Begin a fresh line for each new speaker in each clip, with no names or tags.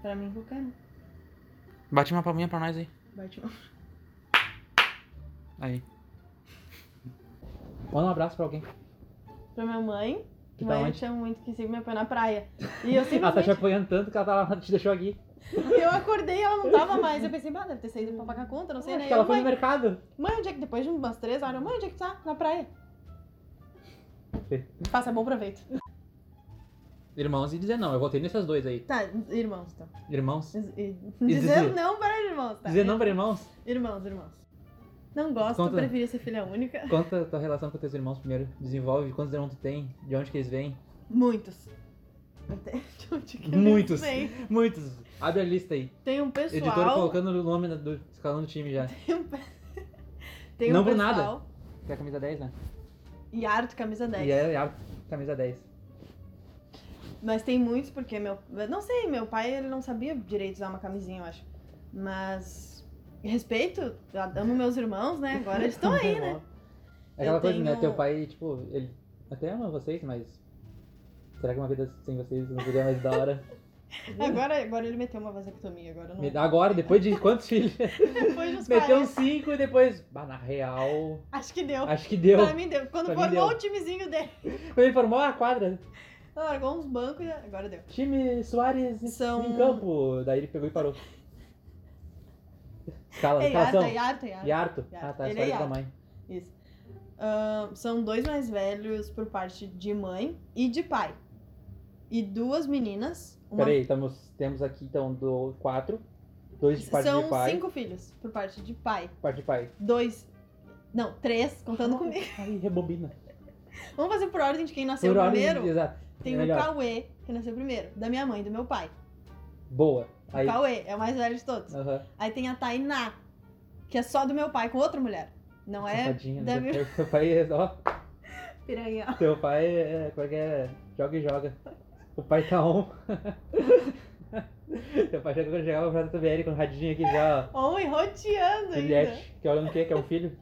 Pra mim, qualquer um.
Bate uma palminha pra nós aí.
Bate uma.
Aí. Manda um abraço pra alguém.
Pra minha mãe.
Que tá
mãe, eu
onde?
te amo muito, que sigo meu pai na praia. E eu
Ela tá te
simplesmente.
apoiando tanto que ela tá lá, te deixou aqui.
eu acordei e ela não tava mais. Eu pensei, bah, deve ter saído pra pagar conta, não sei,
Acho
né?
que
E
ela
eu,
foi no
mãe,
mercado.
mãe, onde é que depois de umas três horas, mãe, onde é que tu tá? Na praia. Faça bom proveito.
Irmãos e dizer não. Eu voltei nesses dois aí.
Tá, irmãos, então.
Irmãos.
Diz- e-
dizer-
Dizer não para irmãos, tá?
Dizer não pra irmãos.
Irmãos, irmãos. Não gosto,
Conta.
preferia ser filha única.
Conta a tua relação com teus irmãos primeiro. Desenvolve quantos irmãos tu tem, de onde que eles vêm.
Muitos. Até de onde que eu
Muitos.
sei.
Muitos. Abre a lista aí.
Tem um pessoal.
Editora colocando o nome do escalão do time já.
Tem um, pe- tem
Não
um
por
pessoal.
nada. Que é a camisa 10, né?
E arte, camisa 10.
E é a camisa 10.
Mas tem muitos, porque meu. Não sei, meu pai ele não sabia direito usar uma camisinha, eu acho. Mas. Respeito, eu amo meus irmãos, né? Agora eles estão aí, né?
É aquela
Eu
coisa, né?
tenho-
Teu pai, tipo, ele até ama vocês, mas. Será que uma vida sem vocês não seria mais da hora?
Agora, agora ele meteu uma vasectomia, agora não.
Me- Agora, depois de quantos filhos?
Depois dos
Meteu
40.
uns 5 e depois. Bah, na real.
Acho que deu.
Acho que deu.
Pra mim deu. Quando
Pra mim
formou
deu.
o timezinho dele,
Quando ele formou a quadra,
ela largou uns bancos e agora deu.
time Soares em-
São-
em campo. Daí ele pegou e parou. Escala,
Ei, ah, Arta,
escalação.
Yarta, Yarta.
Yarto. Ah, tá,
Ele é
história da
Yarto.
mãe.
Isso. Ahn, são dois mais velhos por parte de mãe e de pai. E duas meninas. Uma...
Peraí, estamos, temos aqui então do quatro. Dois de parte
São
de pai.
cinco filhos por parte de pai.
Parte de pai.
Dois. Não, três, contando comigo.
Aí, rebobina.
Vamos fazer por ordem de quem nasceu
Por ordem,
primeiro.
Exato.
Tem
Melhor.
o Cauê, que nasceu primeiro, da minha mãe e do meu pai.
Boa. Aí.
Cauê é o mais velho de todos.
Aham.
Aí tem a Tainá, que é só do meu pai, com outra mulher. Não é
Safadinha,
da
né?
minha
Teu pai é. Ó,
piranha.
teu pai é. Como é que é? Joga e joga. O pai tá on. teu pai já quando chegava pra TBL com o radinho aqui já, ó.
Homem roteando ainda.
Juliette, que olhando o quê? Que é o filho?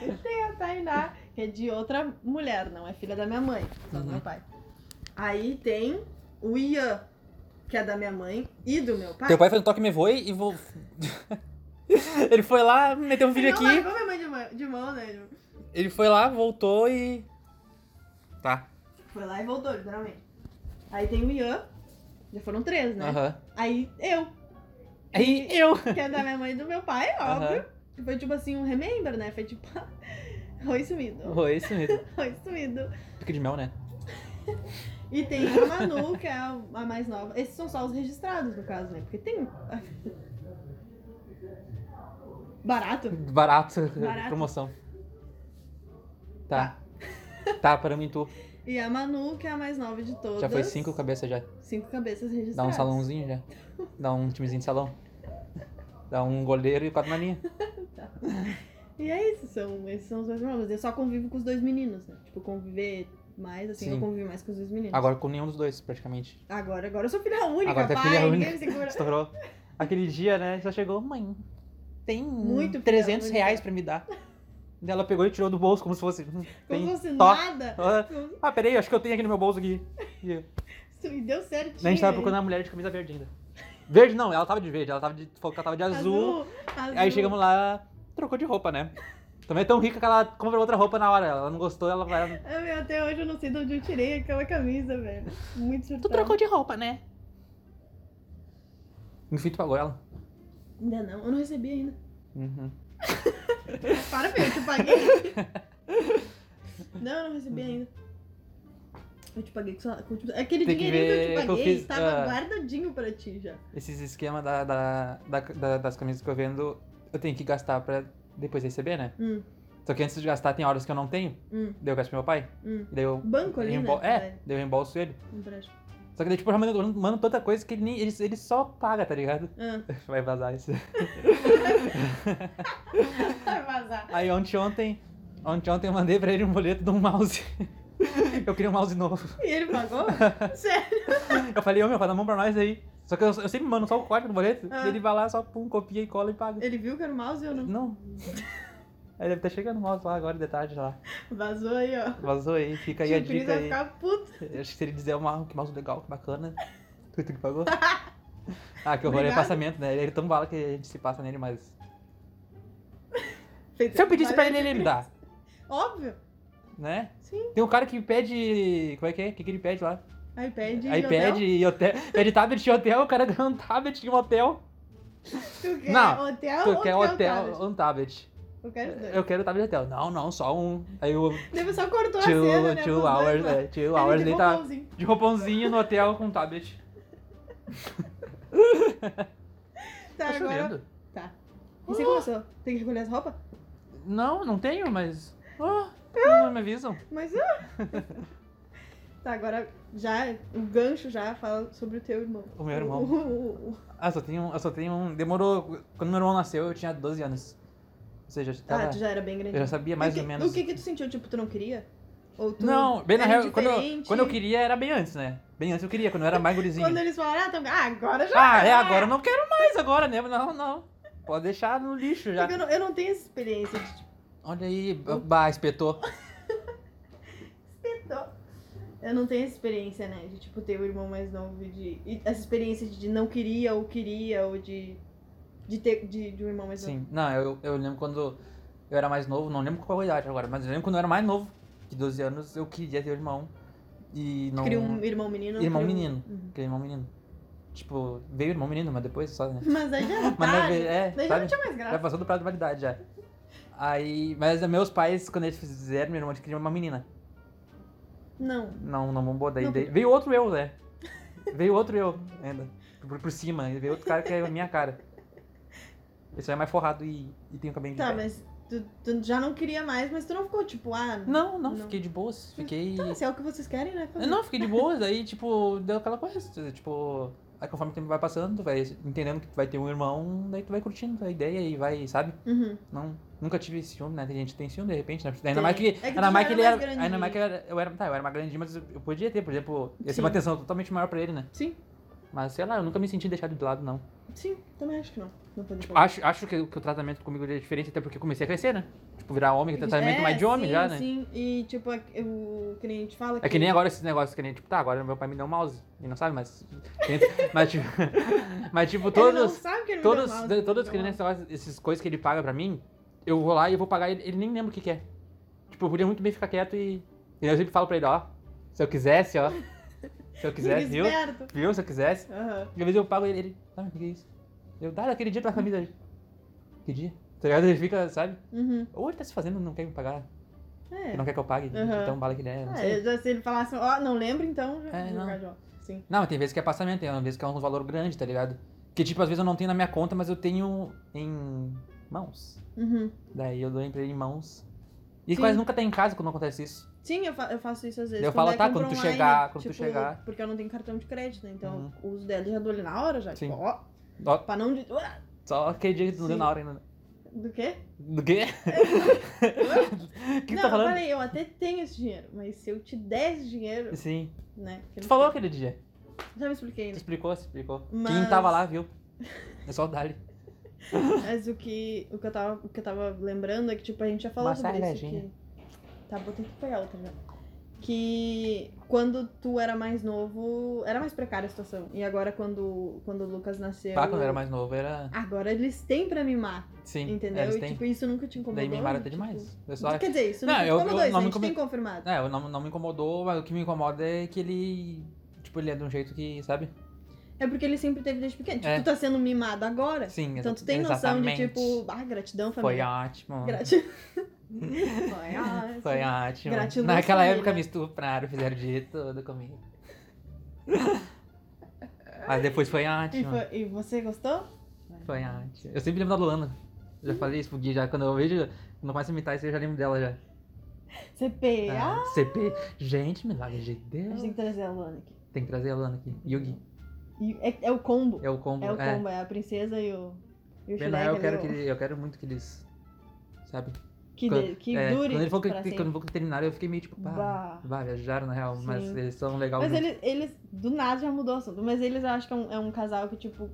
Tem a Tainá, que é de outra mulher, não é filha da minha mãe, só do
Uhum.
meu pai. Aí tem o Ian, que é da minha mãe e do meu pai.
foi no um toque me voe e vou. ele foi lá, meteu um
Ele não largou minha mãe de mão, de mão, né?
Ele foi lá, voltou e. Tá.
Foi lá e voltou, literalmente. Aí tem o Ian, já foram três, né?
Aham.
Aí eu,
Aí eu.
que é da minha mãe e do meu pai, óbvio. Foi tipo assim, um remember, né? Foi tipo, oi sumido,
Foi é isso mesmo.
oi sumido.
Pica de mel, né?
E tem a Manu, que é a a mais nova. Esses são só os registrados, no caso, né? Porque tem... Barato.
Barato.
Barato.
Promoção. Tá. Tá, para mim tu.
E a Manu, que é a mais nova de todas.
Já foi cinco cabeças já.
Cinco cabeças registradas.
Dá um salãozinho já. Dá um timezinho de salão. Dá um goleiro e quatro maninhas.
E é isso, são, esses são os dois irmãos. Eu só convivo com os dois meninos, né? Tipo, conviver mais, assim,
Sim.
eu convivi mais com os dois meninos.
Agora com nenhum dos dois, praticamente.
agora, agora eu sou filha única,
Agora tu é
pai,
filha
ninguém
única.
me segura.
Estourou. Aquele dia, né? Só chegou, mãe. Tem
Muito
300
filha
reais pra me dar. Daí Ela pegou e tirou do bolso, como se fosse. "Hum,
Como
Tem.
se fosse
Tó.
nada.
Ah,
Como-
Ah, peraí, acho que eu tenho aqui no meu bolso aqui. E eu-
Isso me deu certinho.
Daí a gente tava procurando a mulher de camisa verde ainda. Verde não, ela tava de verde, ela tava de, falou que ela tava de azul.
azul.
Aí chegamos lá, trocou de roupa, né? Também é tão rica que ela comprou outra roupa na hora. Ela não gostou, ela vai.
Ah, meu, até hoje eu não sei de onde eu tirei aquela camisa, velho. Muito surtada.
Tu trocou de roupa, né? No fim, tu pagou ela.
Ainda não, eu não recebi ainda.
Uhum.
Para, meu, eu te paguei. não, eu não recebi
Uhum.
ainda. Eu te paguei com sua... com- tipo, Aquele
Tem que
dinheirinho que, eu
ver
te
que eu
paguei
fiz,
estava
ah.
guardadinho pra ti já.
Esses esquemas da, da- da- da- das camisas que eu vendo, eu tenho que gastar pra depois receber, né?
Hum,
Só que antes de gastar, tem horas que eu não tenho.
hum,
Daí eu gasto pro meu pai.
hum.
Daí eu.
Banco ali,
reembol-
né?
É, daí eu reembolso ele.
Um brejo.
Só que daí, tipo, eu já mando, eu mando tanta coisa que ele, nem, ele, ele só paga, tá ligado?
Ah,
Vai vazar isso.
vai vazar.
Aí ontem, ontem, ontem, ontem eu mandei pra ele um boleto de um mouse. Eu queria um mouse novo.
E ele pagou? Sério?
Eu falei, ô meu, faz a mão pra nós aí. Só que eu, eu sempre mando só o código do boleto,
Ah.
e ele vai lá, só pum, copia e cola e paga.
Ele viu que era o mouse ou não?
Não. Aí deve estar chegando o mouse lá agora de tarde lá.
Vazou aí, ó.
Vazou aí, fica aí a
Tio Cris
dica
vai
aí.
ficar puto.
Eu Acho que se ele dizer uma, que mouse legal, que bacana. Foi tu que pagou? Ah, que horror é
Obrigada.
passamento, né? Ele é tão bala que a gente se passa nele, mas.
Feito-
Se eu pedisse pra
Mas-
ele, ele me dá,
Óbvio.
né?
Sim.
Tem um cara que pede. Como é que é? O que, que ele pede lá?
iPad e
iPad
hotel.
e hotel. Pede tablet de hotel, o cara ganhou um tablet de um hotel.
Tu quer
Não,
Ah, hotel
Tu
ou
quer
tu
hotel,
tablet?
um tablet.
Eu quero os dois.
Eu quero tablet de hotel. Não, não, só um. Aí o
Deve só cortou a
two,
cena, né?
two
pros dois
hours,
lá.
é, two
Ele
hours
deu
ele
um
tá
pauzinho.
de roupãozinho no hotel com tablet.
Tá,
tá
agora.
chovendo.
Tá. E você começou? Tem que recolher as roupas?
Não, não tenho, mas. Ah, não me avisam.
Mas. Ah. tá, agora já. O gancho já fala sobre o teu irmão.
O meu irmão.
O- o- o-
Ah, só tenho um. Eu só tenho um. Demorou. Quando meu irmão nasceu, eu tinha 12 anos. Ou seja, eu tava-
Ah, tu já era bem grande.
Tá, eu já sabia mais
o que,
ou menos.
O que que tu sentiu? Tipo, tu não queria? Ou tu.
Não, bem na
era
real, quando, eu-
indiferente?
quando eu queria era bem antes, né? Bem antes eu queria, quando eu era mais gurizinho.
Quando eles falaram, ah, tá- ah, agora já.
Ah, é, agora eu não quero mais, agora, né? Não, não. Pode deixar no lixo já.
Porque eu não, eu não tenho essa experiência de tipo,
Olha aí, bah, espetou.
tô- Eu não tenho essa experiência, né? De tipo ter o irmão mais novo e de. e essa experiência de não queria ou queria, ou de. De ter de, de um irmão mais novo.
Sim, não, eu, eu lembro quando eu era mais novo, não lembro qual a idade agora, mas eu lembro quando eu era mais novo, de 12 anos, eu queria ter um irmão. E
Tu
não.
Queria um irmão menino. não
Irmão
queria um-
menino.
Uhum.
Queria irmão menino. Tipo, veio irmão menino, mas depois só, né?
Mas aí já era
Mas
tarde.
deve- é,
daí já não
sabe?
tinha mais
Já
graça.
passou do prazo de validade já. Aí, mas meus pais, quando eles fizeram, meu irmão eles queriam uma menina.
Não.
Não, não bombou. Daí,
Não,
daí-
porque-
veio outro eu, né? veio outro eu ainda. Por, por cima. e Veio outro cara que é a minha cara. Esse aí é mais forrado e, e tem o cabelo de
Tá,
pé.
mas tu, tu já não queria mais, mas tu não ficou tipo, ah,
Não, não,
Não.
fiquei de boas. Fiquei.
tá, se é o que vocês querem, né? fazer.
Não, fiquei de boas. Aí, tipo, deu aquela coisa. Tipo, aí conforme o tempo vai passando, tu vai entendendo que tu vai ter um irmão, daí tu vai curtindo a ideia e vai, sabe?
Uhum.
Não, nunca tive ciúme, né? Tem gente que tem ciúme de repente, né? Ainda
Tem.
mais que.
É que tu
ainda
já
mais que
era
ele era.
mais grandinho.
Ainda mais que eu era, eu era. Tá, eu era mais grandinho, mas eu podia ter, por exemplo, ia ser uma
Sim.
atenção totalmente maior pra ele, né?
Sim,
Mas sei lá, eu nunca me senti deixado de lado, não.
sim, também acho que não. Não pode falar.
Tipo, Acho, acho que, que o tratamento comigo é diferente, até porque eu comecei a crescer, né? Tipo, virar homem, que é tratamento
É,
mais de homem
sim,
já, né?
Sim, e tipo, a- o que nem a gente fala.
É que nem agora esses negócios que nem, tipo, tá, agora meu pai me deu um mouse. Ele não sabe, mas. mas, tipo, mas, tipo,
Ele não
todos.
sabe que ele me
Todos,
deu mal,
de- todas
me
as
deu mal.
crianças, elas- essas coisas que ele paga pra mim, eu vou lá e eu vou pagar ele, ele nem lembra o que, que é. Tipo, eu podia muito bem ficar quieto e. E eu sempre falo pra ele, ó, se eu quisesse, ó. Se eu quisesse, viu?
Esperto.
Viu? Se eu quisesse.
Aham.
E às vezes eu pago ele, ele. Ah, o que que é isso? Eu, dá aquele dia pra família ali. Que dia? Tá ligado? Ele fica, sabe?
Uhum.
Ou ele tá se fazendo, não quer me pagar,
É.
que não quer que eu pague,
Aham.
então bala que ele é, não
Ah,
sei.
já se ele falasse, ó, não lembro, então já
É,
vou
não.
jogar de volta. Sim.
Não, tem vezes que é passamento, tem vezes que é um valor grande, tá ligado? Que tipo, às vezes eu não tenho na minha conta, mas eu tenho em mãos.
Uhum.
Daí eu dou pra ele em mãos. E
Sim.
quase nunca tá em casa quando acontece isso.
Sim, eu, fa- eu faço isso às vezes.
Eu falo,
é
tá,
compra
quando tu chegar- quando tu
tipo,
chegar. Uhum.
Porque eu não tenho cartão de crédito, né? Então eu uso dela e já dou ele na hora, já.
Sim.
Tipo, ó,
Ó,
pra não. de- Ué,
Só aquele dia que tu não deu
Sim.
na hora ainda.
Do quê?
Do quê? O que tu
não,
tá
eu
falando?
falei, eu até tenho esse dinheiro, mas se eu te der esse dinheiro,
Sim.
né? que eu
Tu
não
falou aquele dia.
sei. Já me expliquei,
Tu
né?
explicou, se explicou. Quem
Mas-
tava lá, viu? É só dali.
Mas o que, o, que eu tava, o que eu tava lembrando é que, tipo, a gente já falou
Uma
sobre isso.
cervejinha.
Que... Tá, vou ter que pegar outra já. Que quando tu era mais novo, era mais precária a situação. E agora, quando, quando o Lucas nasceu.
Pá, quando eu era mais novo, era.
Agora eles têm pra mimar,
Sim.
entendeu?
Eles
e,
têm.
tipo, isso nunca te incomodou.
Daí me mara até
tipo,
demais. Eu só.
Quer dizer, isso
Não,
não, nunca
eu-
te incomodou,
eu
isso
não
a
me
gente tem
incomodo.
confirmado.
É, eu não, não me incomodou, mas o que me incomoda é que ele. Tipo, ele é de um jeito que, sabe?
É porque ele sempre teve desde pequeno. Tipo,
É.
tu tá sendo mimado agora.
Sim,
Então
exa-
tu tem noção de,
exatamente.
tipo, ah, gratidão,
Foi
família.
ótimo.
Gratidão. Foi ótimo.
Foi ótimo.
Gratiluz,
Naquela
família.
época me estupraram, fizeram de tudo comigo. Mas depois foi
E,
ótimo.
foi- e você gostou?
Foi ah. ótimo. Eu sempre lembro da Luana. Eu Já falei isso pro Gui, já. Quando eu vejo, quando eu começo a imitar isso, eu já lembro dela já.
CPA.
Ah, CP. Gente, milagre de
A
Deus.
É? gente tem que trazer a Luana aqui.
Tem que trazer a Luana aqui. E o Gui.
E é, é o combo.
É o combo.
É o combo, é a princesa e o. E o
Bem,
Shrek,
na real, eu
ali,
quero,
o-
que ele- eu quero muito que eles. Sabe?
que,
Quando-
de- que
é,
dure.
Quando ele falou que,
pra
que-
sempre.
quando falou que terminaram, eu fiquei meio tipo, pá. assim.
Bah.
Bah, viajaram na real, mas
Sim.
eles são legais.
Mas eles, eles, do nada já mudou o assunto. Mas eles eu acho que é um, é um casal que, tipo,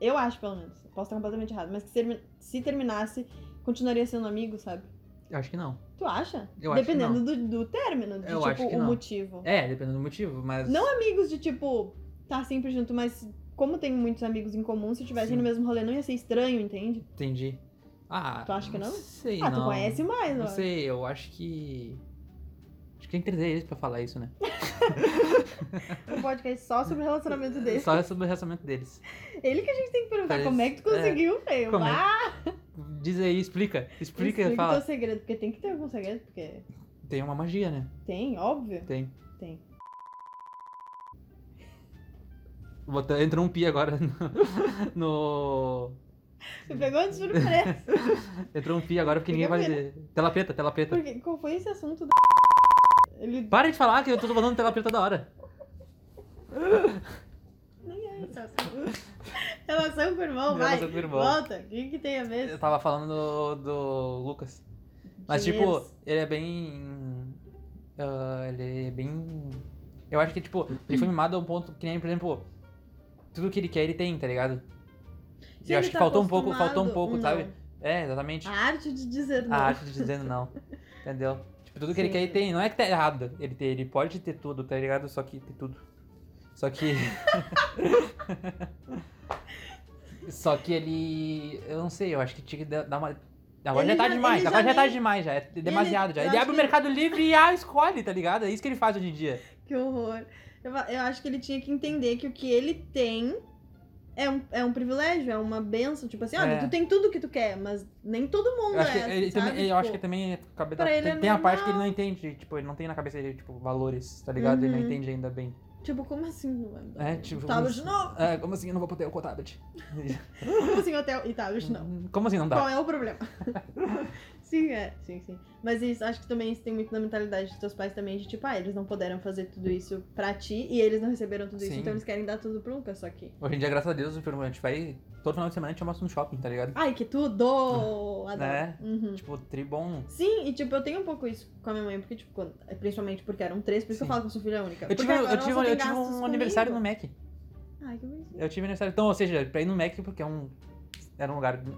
eu acho pelo menos, posso estar completamente errado, mas que se, se terminasse, continuaria sendo amigo, sabe?
Acho que não.
Tu acha?
Eu acho que
Dependendo Do, do término, de
Eu
tipo,
acho que
o
não.
motivo.
É, dependendo do motivo, mas.
Não amigos de tipo, tá sempre junto, mas como tenho muitos amigos em comum, se tivessem
Sim.
no mesmo rolê, não ia ser estranho, entende?
Entendi. Ah,
Tu acha que não?
Sei,
ah,
não.
tu conhece mais,
Não
ó.
sei, eu acho que. Acho que tem que trazer eles pra falar isso, né?
Um podcast só sobre o relacionamento dele.
Só sobre o relacionamento deles.
Ele que a gente tem que perguntar
Parece-
como é que tu
é.
conseguiu, feio.
Como é?
Ah,
Diz aí, explica.
explica
Explica,
então. o
fala.
teu segredo, porque tem que ter algum segredo, porque
Tem uma magia, né?
tem, óbvio.
Tem.
Tem.
Bota- Entrou um pi agora no. no-
Você pegou de surpresa.
Entrou um pi agora porque ninguém
Fica
vai ver. Tela preta, tela preta.
porque qual foi esse assunto da... Ele...
Para de falar que eu tô falando tela preta da hora.
Nem é esse assunto. Relação com o irmão, vai.
Relação com o irmão.
Volta. O que, que tem a ver?
Eu tava falando do, do Lucas. Mas,
Dinheiros.
tipo, ele é bem. ah, ele é bem. Eu acho que, tipo, ele foi mimado a um ponto que nem, por exemplo, tudo que ele quer ele tem, tá ligado?
Se ele
eu acho que
tá
faltou um pouco,
acostumado,
faltou um pouco,
não.
sabe? É, exatamente.
A arte de dizer não.
A arte de Ah, dizendo não. Entendeu? Tipo, tudo que ele
Sim.
quer, ele tem. Não é que tá errado ele ter, ele pode ter tudo, tá ligado? Só que ter tudo. Só que. Só que ele. Eu não sei, eu acho que tinha que dar dar uma. Agora
Ele
já tá
já-
demais,
ele já
agora já tá
nem-
demais já, é demasiado já.
eu
Ele
acho
abre o
que ele-
mercado livre e a escolhe, tá ligado? É isso que ele faz hoje em dia.
Que horror. Eu, a- eu acho que ele tinha que entender que o que ele tem é um, é um privilégio, é uma benção. Tipo assim, olha,
É.
tu tem tudo que tu quer, mas nem todo mundo
Eu acho que
é. assim,
ele,
sabe?
também, eu acho que
Tipo,
também é cabe-
pra ele é
tem, tem a parte que ele
normal.
não entende, tipo, ele não tem na cabeça dele, tipo, valores, tá ligado? Ele não
Uhum.
entende ainda bem.
tipo, como assim? Não vai me dar
É,
um
tipo,
Talo
como
de
assim?
novo?
É, como assim eu não vou poder o tablet?
Como assim hotel? E Talo de novo.
Como assim não dá?
Qual é o problema? sim, é. Sim, sim. Mas isso, acho que também isso tem muito na mentalidade dos teus pais também, de tipo, ah, eles não puderam fazer tudo isso pra ti e eles não receberam tudo isso,
Sim.
então eles querem dar tudo pro Lucas, só que.
Hoje em dia, graças a Deus, o Superman, a gente vai. Todo final de semana a gente almoça no shopping, tá ligado?
Ai, que tudo! Adoro.
Né?
Uhum.
Tipo, tri bom.
Sim, e tipo, eu tenho um pouco isso com a minha mãe, porque, tipo, quando- principalmente porque eram três, por isso que eu
Sim.
falo que eu sou filha única.
Eu tive, eu tive, eu tive um aniversário no Mac.
no. Ai, que bonitinho.
Eu tive aniversário. Então, ou seja, pra ir no Mac, porque é um. Era um lugar
Mac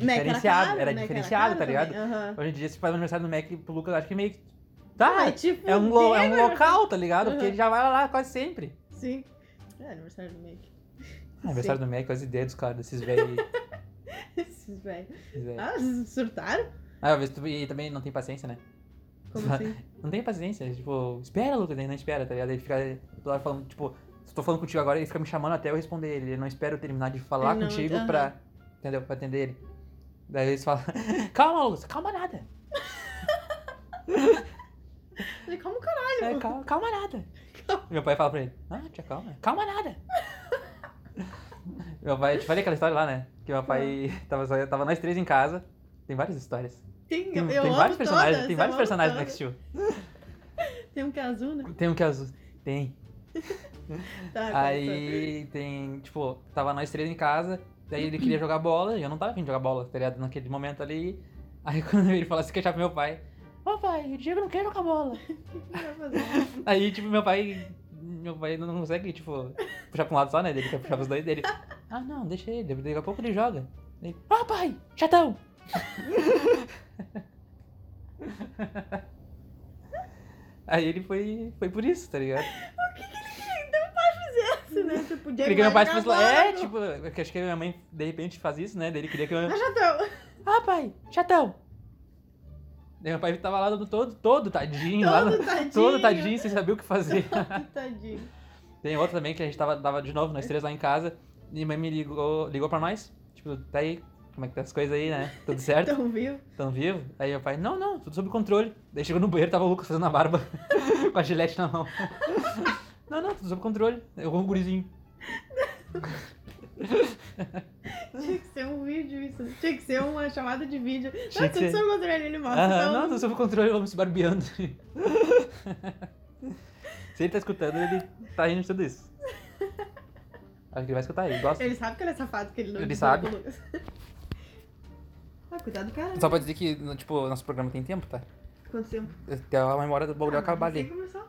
era
diferenciado.
caro,
Era,
Mac
diferenciado,
caro
tá ligado?
também, aham.
Hoje em dia, se faz aniversário no Mac pro Lucas, acho que meio que. Tá!
Ai, tipo,
é, um lo- é um
Deus.
local, tá ligado? Porque
Uhum.
ele já vai lá quase sempre.
Sim. É aniversário do Mac.
Ah, Aniversário do Mac, quase ideia dos caras, desses velhos.
Esses velhos.
desses velhos.
Ah, vocês surtaram?
Ah, às vezes tu e também não tem paciência, né?
Como assim?
Não tem paciência, tipo, espera, Lucas, ele não espera, tá ligado? Ele fica toda hora falando, tipo, se eu tô falando contigo agora, ele fica me chamando até eu responder ele. Ele não espera eu terminar de falar
Ele É, não-
contigo
aham.
pra. Entendeu? Pra atender ele. Daí eles falam, calma, Lucas, calma nada.
Eu falei, Como caralho?
É, calma, calma nada. Meu pai fala pra ele, ah, tia, calma, calma nada. meu pai, eu te falei aquela história lá, né? Que meu pai tava, só- tava nós três em casa. Tem várias histórias.
Tem,
Tem,
eu
tem
amo
vários personagens,
todas,
tem
eu
vários
amo
personagens no
todas.
Next Steel.
Tem um que é azul, né?
Tem um que é azul. Tem.
Tá,
Uhum. Aí tem, tipo, tava nós três em casa, daí ele queria jogar bola, e eu não tava afim de jogar bola, tá ligado? Naquele momento ali. Aí quando ele falou assim, queixar pro meu pai, ô pai, o Diego não quer jogar bola.
conta. O que vai fazer?
Aí, tipo, meu pai. Meu pai não consegue, tipo, puxar pra um lado só, né? Ele quer puxar pros dois dele. Ah não, deixa ele, daqui a pouco ele joga. Ele, ah pai, chatão! Aí ele foi, foi por isso, tá ligado?
Então o pai fizesse, né? Tipo, podia
Queria que meu pai fosse lá. É, tipo, eu acho que a minha mãe de repente faz isso, né? Daí ele queria que eu.
Ah, já tô.
Ah, pai, chatão! Daí meu pai tava lá dando todo, todo tadinho, lá no-
Todo tadinho.
todo tadinho, sem saber o que fazer.
Todo tadinho.
Tem outro também que a gente tava, tava de novo, nós três lá em casa, e a mãe me ligou, ligou pra nós. Tipo, tá aí, como é que tá as coisas aí, né? Tudo certo?
Tão vivo.
Tão vivo? Aí meu pai, não, não, tudo sob controle. Daí chegou no banheiro, tava o Lucas fazendo a barba com a gilete na mão. não, não, tudo sob controle. Eu vou um gurizinho.
Tinha que ser um vídeo isso. Tinha que ser uma chamada de vídeo.
Tinha
Tinha
que
tudo
ser.
sobre o controle animal.
Ah,
então-
não, tô sob controle, vamos se barbeando. se ele tá escutando, ele tá rindo de tudo isso. Acho que ele vai escutar, ele gosta.
Ele sabe que ele é safado, que ele não
Ele
desculpa
sabe.
o Lucas. ah, cuidado do cara.
Só pra dizer que, tipo, nosso programa tem tempo, tá?
Quanto tempo?
Até a memória do bagulho
Ah,
acabar
mas
ali.
tem que começar.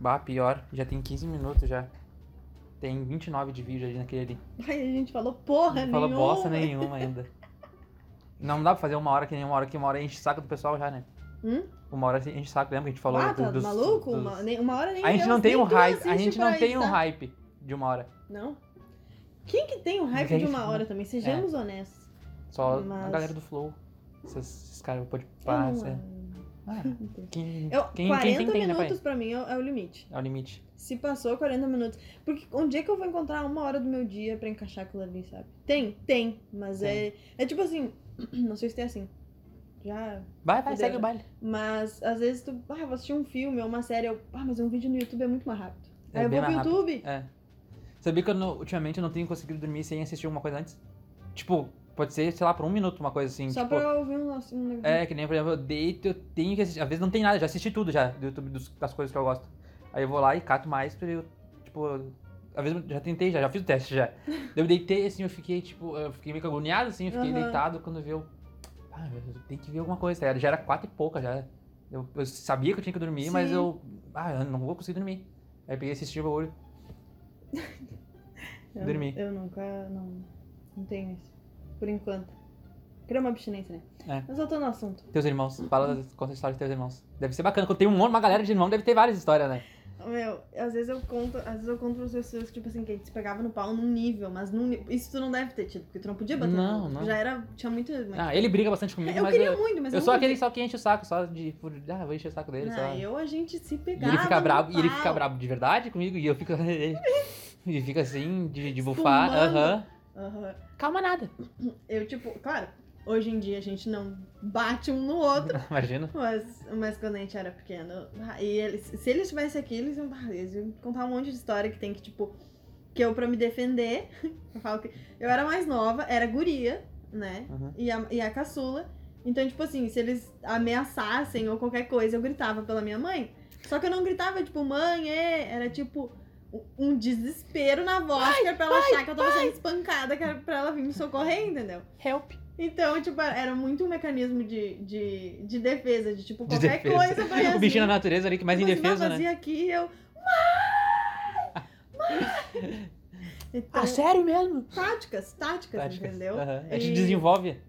Bah, pior. Já tem 15 minutos já. Tem 29 de vídeo ali naquele ali.
Ai, a gente falou porra
Não falou
nenhuma.
bosta nenhuma ainda. Não dá pra fazer uma hora que nem uma hora que uma hora enche o saco do pessoal já, né?
Hum?
Uma hora enche o saco, lembra que a gente falou?
ah,
do-
tá
dos-
maluco?
dos-
Uma, nem- uma hora nem
A gente
eu-
não tem
nem
um
tu
hype, a
assiste
gente
pra
não tem
isso,
um
tá?
hype de uma hora.
Não? tem um hype
Mas é
de
isso,
uma
né?
hora também, sejamos honestos.
Só a
Mas-
galera do Flow. Esses, esses caras pode
Eu
passar.
não-
Ah, quem,
Eu,
quem,
40
quem tem, tem, né,
minutos
pai?
pra mim é, o- é o limite.
É o limite.
Se passou 40 minutos. Porque onde é que eu vou encontrar uma hora do meu dia pra encaixar aquilo ali, sabe? Tem, tem. Mas é. É tipo assim. Não sei se tem assim. Já
Vai, vai,
Fudeu,
segue
né?
o baile.
Mas às vezes tu, ah, eu vou assistir um filme ou uma série, eu, ah, mas um vídeo no YouTube é muito mais rápido.
É
Aí eu
bem
vou pro
mais rápido.
YouTube.
É. Sabia que eu não- ultimamente eu não tenho conseguido dormir sem assistir alguma coisa antes? Tipo, pode ser, sei lá, por um minuto, uma coisa assim.
Só
tipo,
pra eu ouvir um, assim, um negócio.
É, que nem, por exemplo, eu deito, eu tenho que assistir. Às vezes não tem nada, já assisti tudo já do YouTube dos- das coisas que eu gosto. Aí eu vou lá e cato mais pra eu, tipo. Às vezes eu já tentei, já, já fiz o teste já. Daí eu deitei assim, eu fiquei, tipo, eu fiquei meio que agoniado, assim, eu fiquei
Aham.
deitado quando viu. Ah, eu tenho que ver alguma coisa, tá ligado? Já era quatro e pouca já. Eu, eu sabia que eu tinha que dormir, mas
Sim.
eu. Ah, eu não vou conseguir dormir. Aí eu peguei e assisti o olho.
eu,
dormir.
Eu nunca. Não, não tenho isso. Por enquanto. Criar uma abstinência, né?
É.
Mas voltando ao assunto.
Teus irmãos, fala,
Uhum.
conta a história dos teus irmãos. Deve ser bacana, quando tem um monte, uma galera de irmão, deve ter várias histórias, né?
Meu, às vezes eu conto, às vezes eu conto pras pessoas que, tipo assim, que a gente se pegava no pau num nível, mas num, ni- isso tu não deve ter tido, porque tu não podia bater no
Não,
outro,
não.
Já era. Tinha muito.
Ah, ele briga bastante comigo,
Uhum. eu
mas
queria muito, mas
Eu
não
sou
podia.
aquele só que enche o saco, só de. por- Ah, vou encher o saco dele, só.
Ah, eu a gente se
E
pegava.
ele fica
no
brabo, e ele
pau.
fica brabo de verdade comigo, e eu fico. e fica assim, de, de bufar. Aham.
Aham.
Calma nada.
Eu, tipo, claro, hoje em dia a gente não bate um no outro,
Imagina.
mas, mas quando a gente era pequeno. ah, E eles, se eles estivessem aqui, eles iam, ah, eles iam contar um monte de história que tem que, tipo, que eu pra me defender. Eu falo que eu era mais nova, era guria, né?
Uhum.
E, a, e a caçula. Então, tipo assim, se eles ameaçassem ou qualquer coisa, eu gritava pela minha mãe. Só que eu não gritava, tipo, mãe, é. Era tipo um- um desespero na voz, que era pra ela achar que eu tava sendo espancada, que era pra ela vir me socorrer, entendeu?
Help.
Então, tipo, era muito um mecanismo de, de, de defesa, de tipo,
De
qualquer
defesa.
coisa pra assim.
o bichinho na natureza ali, que
Tipo
mais indefeso, né?
fazia aqui eu. Mãe! Mãe! Então,
Ah, sério mesmo?
táticas, táticas,
Táticas.
Tipo assim, entendeu?
Aham. A gente
E-
desenvolve.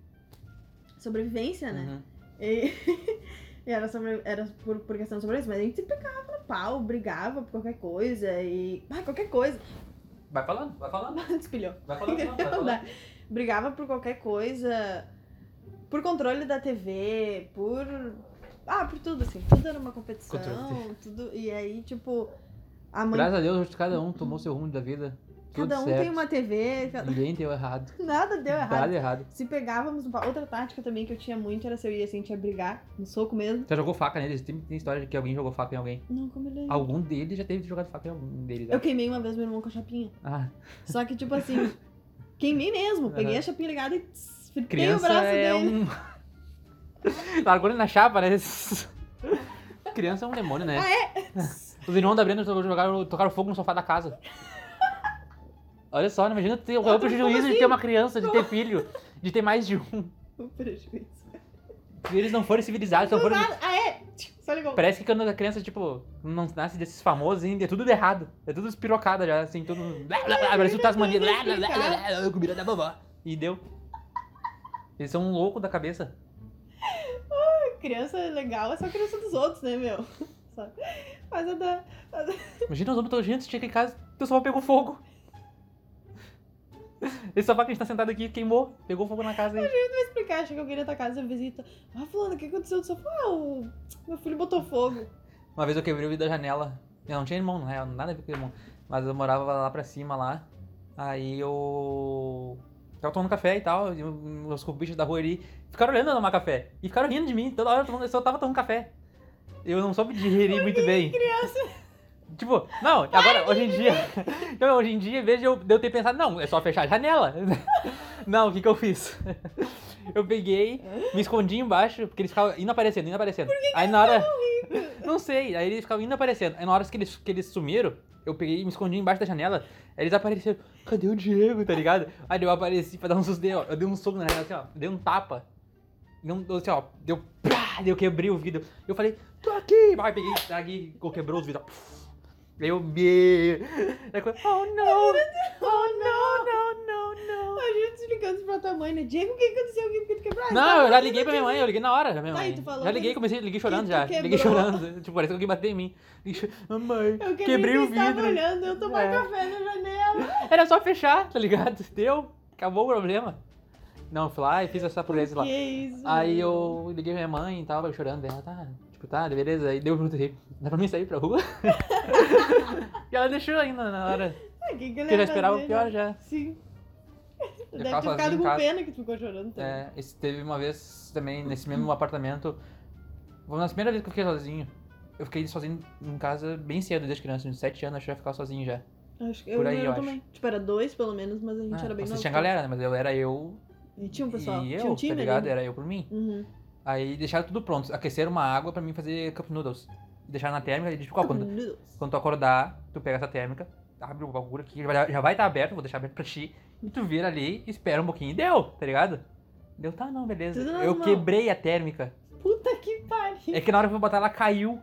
Sobrevivência, né?
Uhum.
E, e era, sobre, era por, por questão de sobrevivência, mas a gente se pegava no pau, brigava por qualquer coisa e. Ah, qualquer coisa.
Vai falando, vai falando,
Despilhou.
vai falando, vai
Entendeu?
falando.
Da- Brigava por qualquer coisa, por controle da TV, por. Ah, por tudo, assim. Tudo era uma competição,
Controle da
tudo. E aí, tipo, a mãe.
Graças a Deus, hoje cada um tomou seu rumo da vida. Tudo
Cada um
certo.
tem uma TV, cada-
Ninguém deu errado.
nada deu errado.
Nada errado.
Se pegávamos no pau. Outra tática também que eu tinha muito era se eu ia assim, tinha brigar, no soco mesmo.
Já jogou faca neles? Tem, tem história de que alguém jogou faca em alguém.
Não, como ele é.
Algum deles já teve jogado faca em algum deles. né?
Eu queimei uma vez meu irmão com a chapinha.
Ah,
Só que, tipo assim, queimei mesmo. Peguei
Aham.
a chapinha ligada e tss, fritei o
criança
braço
é
dele.
um. Largou ele na chapa, né? criança é um demônio, né? Os irmãos da Brenda jogaram, tocaram fogo no sofá da casa. Olha só, imagina ter qual é o
Outro
prejuízo
como
de ter uma criança, de ter filho, de ter mais de um.
O prejuízo.
Se eles não forem civilizados, não forem.
Ah, é! Só ligou.
Parece que quando a criança, tipo, não nasce desses famosos ainda, é tudo errado. É tudo espirocada já, assim, tudo. Blá, blá, blá, parece o Tasmania. Blá, blá, blá, blá, blá, comida da vovó. E deu. Eles são um louco da cabeça.
Criança legal é só criança dos outros, né, meu? Só- Mas a da. a da-
Imagina os homens todos gente, chega em casa, teu sofá pegou fogo. Esse sofá que a gente tá sentado aqui queimou, pegou fogo na casa. aí.
Vou explicar, achei que eu queria estar casa visita. Ah, fulano, o que aconteceu do sofá? Ah, o... meu filho botou fogo.
Uma vez eu quebrei o vidro da janela. Eu não tinha irmão, na real, nada a ver com irmão. Mas eu morava lá pra cima lá. Aí eu. Tava tomando café e tal, e os bichos da rua ali ficaram olhando eu tomar café. E ficaram rindo de mim, toda hora eu tomando- eu só tava tomando café. Eu não soube digerir muito bem.
Criança.
Tipo, não, agora, hoje em dia. Não, hoje em dia, veja eu, de eu ter pensado, não, é só fechar a janela. Não, o que que eu fiz? Eu peguei, me escondi embaixo, porque eles ficavam indo aparecendo, indo aparecendo. aí na hora. Não sei, aí eles ficavam indo aparecendo. Aí na hora que eles, que eles sumiram, eu peguei e me escondi embaixo da janela. Aí eles apareceram, cadê o Diego, tá ligado? Aí eu apareci pra dar um susto, ó, eu dei um soco na janela, assim, ó, dei um tapa. Não, assim, ó, deu. Pá, daí eu quebrei o vidro. Eu falei, tô aqui! Aí peguei, aqui, quebrou os vidros. Daí eu me. Daí eu, Oh não! Oh não, não, não, não!
A gente se ligando pra tua mãe, né? Diego, o que aconteceu aqui? Por que tu quebrou? Ah,
Não, eu já
tava
liguei pra
rindo
minha mãe, eu liguei na hora. pra Minha
Tá,
mãe.
e tu falou
já
que-
liguei, comecei, liguei chorando
tu
já. Liguei
quebrou.
chorando. Tipo, parece que alguém bateu em mim. Liguei cho- Mamãe,
de- Eu quebrei,
quebrei o
Tava
vidro.
olhando eu tomar
É.
café na janela.
Era só fechar, tá ligado? Deu, acabou o problema. Não, eu fui lá e fiz essa pureza lá.
Que isso?
Aí
meu?
eu liguei pra minha mãe e tava chorando, daí ela tá, tipo, tá, beleza. Aí deu junto aí, dá pra mim sair pra rua? e ela deixou ainda na hora.
Ah, que que ele
Porque eu já
ia
esperava o
fazer,
pior
né?
já.
Sim.
Eu
Deve ter
ficava sozinho
ficado
em
com
casa.
pena que tu ficou chorando também.
É, esse- teve uma vez também
Hum.
nesse mesmo apartamento. Foi a primeira vez que eu fiquei sozinho. Eu fiquei sozinho em casa bem cedo, desde criança, uns 7 anos, eu já ficava sozinho já.
Acho que eu,
É. Por aí,
eu
eu
também. Tipo, era dois pelo menos, mas a gente
Ah,
era bem
vocês
novo.
tinham galera, né? Mas eu era eu
E tinha um pessoal.
e
tinha
eu,
um time
tá ligado?
ali.
Era eu por mim.
Uhum.
Aí deixaram tudo pronto, aqueceram uma água pra mim fazer cup noodles. Deixaram na térmica e tipo, ó, quando, quando tu acordar, tu pega essa térmica, abre o bagulho aqui, já vai- já vai estar aberto, vou deixar aberto pra ti. E tu vira ali, espera um pouquinho e deu, tá ligado? Deu, tá não, beleza.
Tudo
eu
normal.
quebrei a térmica.
Puta que pariu.
É que na hora que eu fui botar, ela caiu.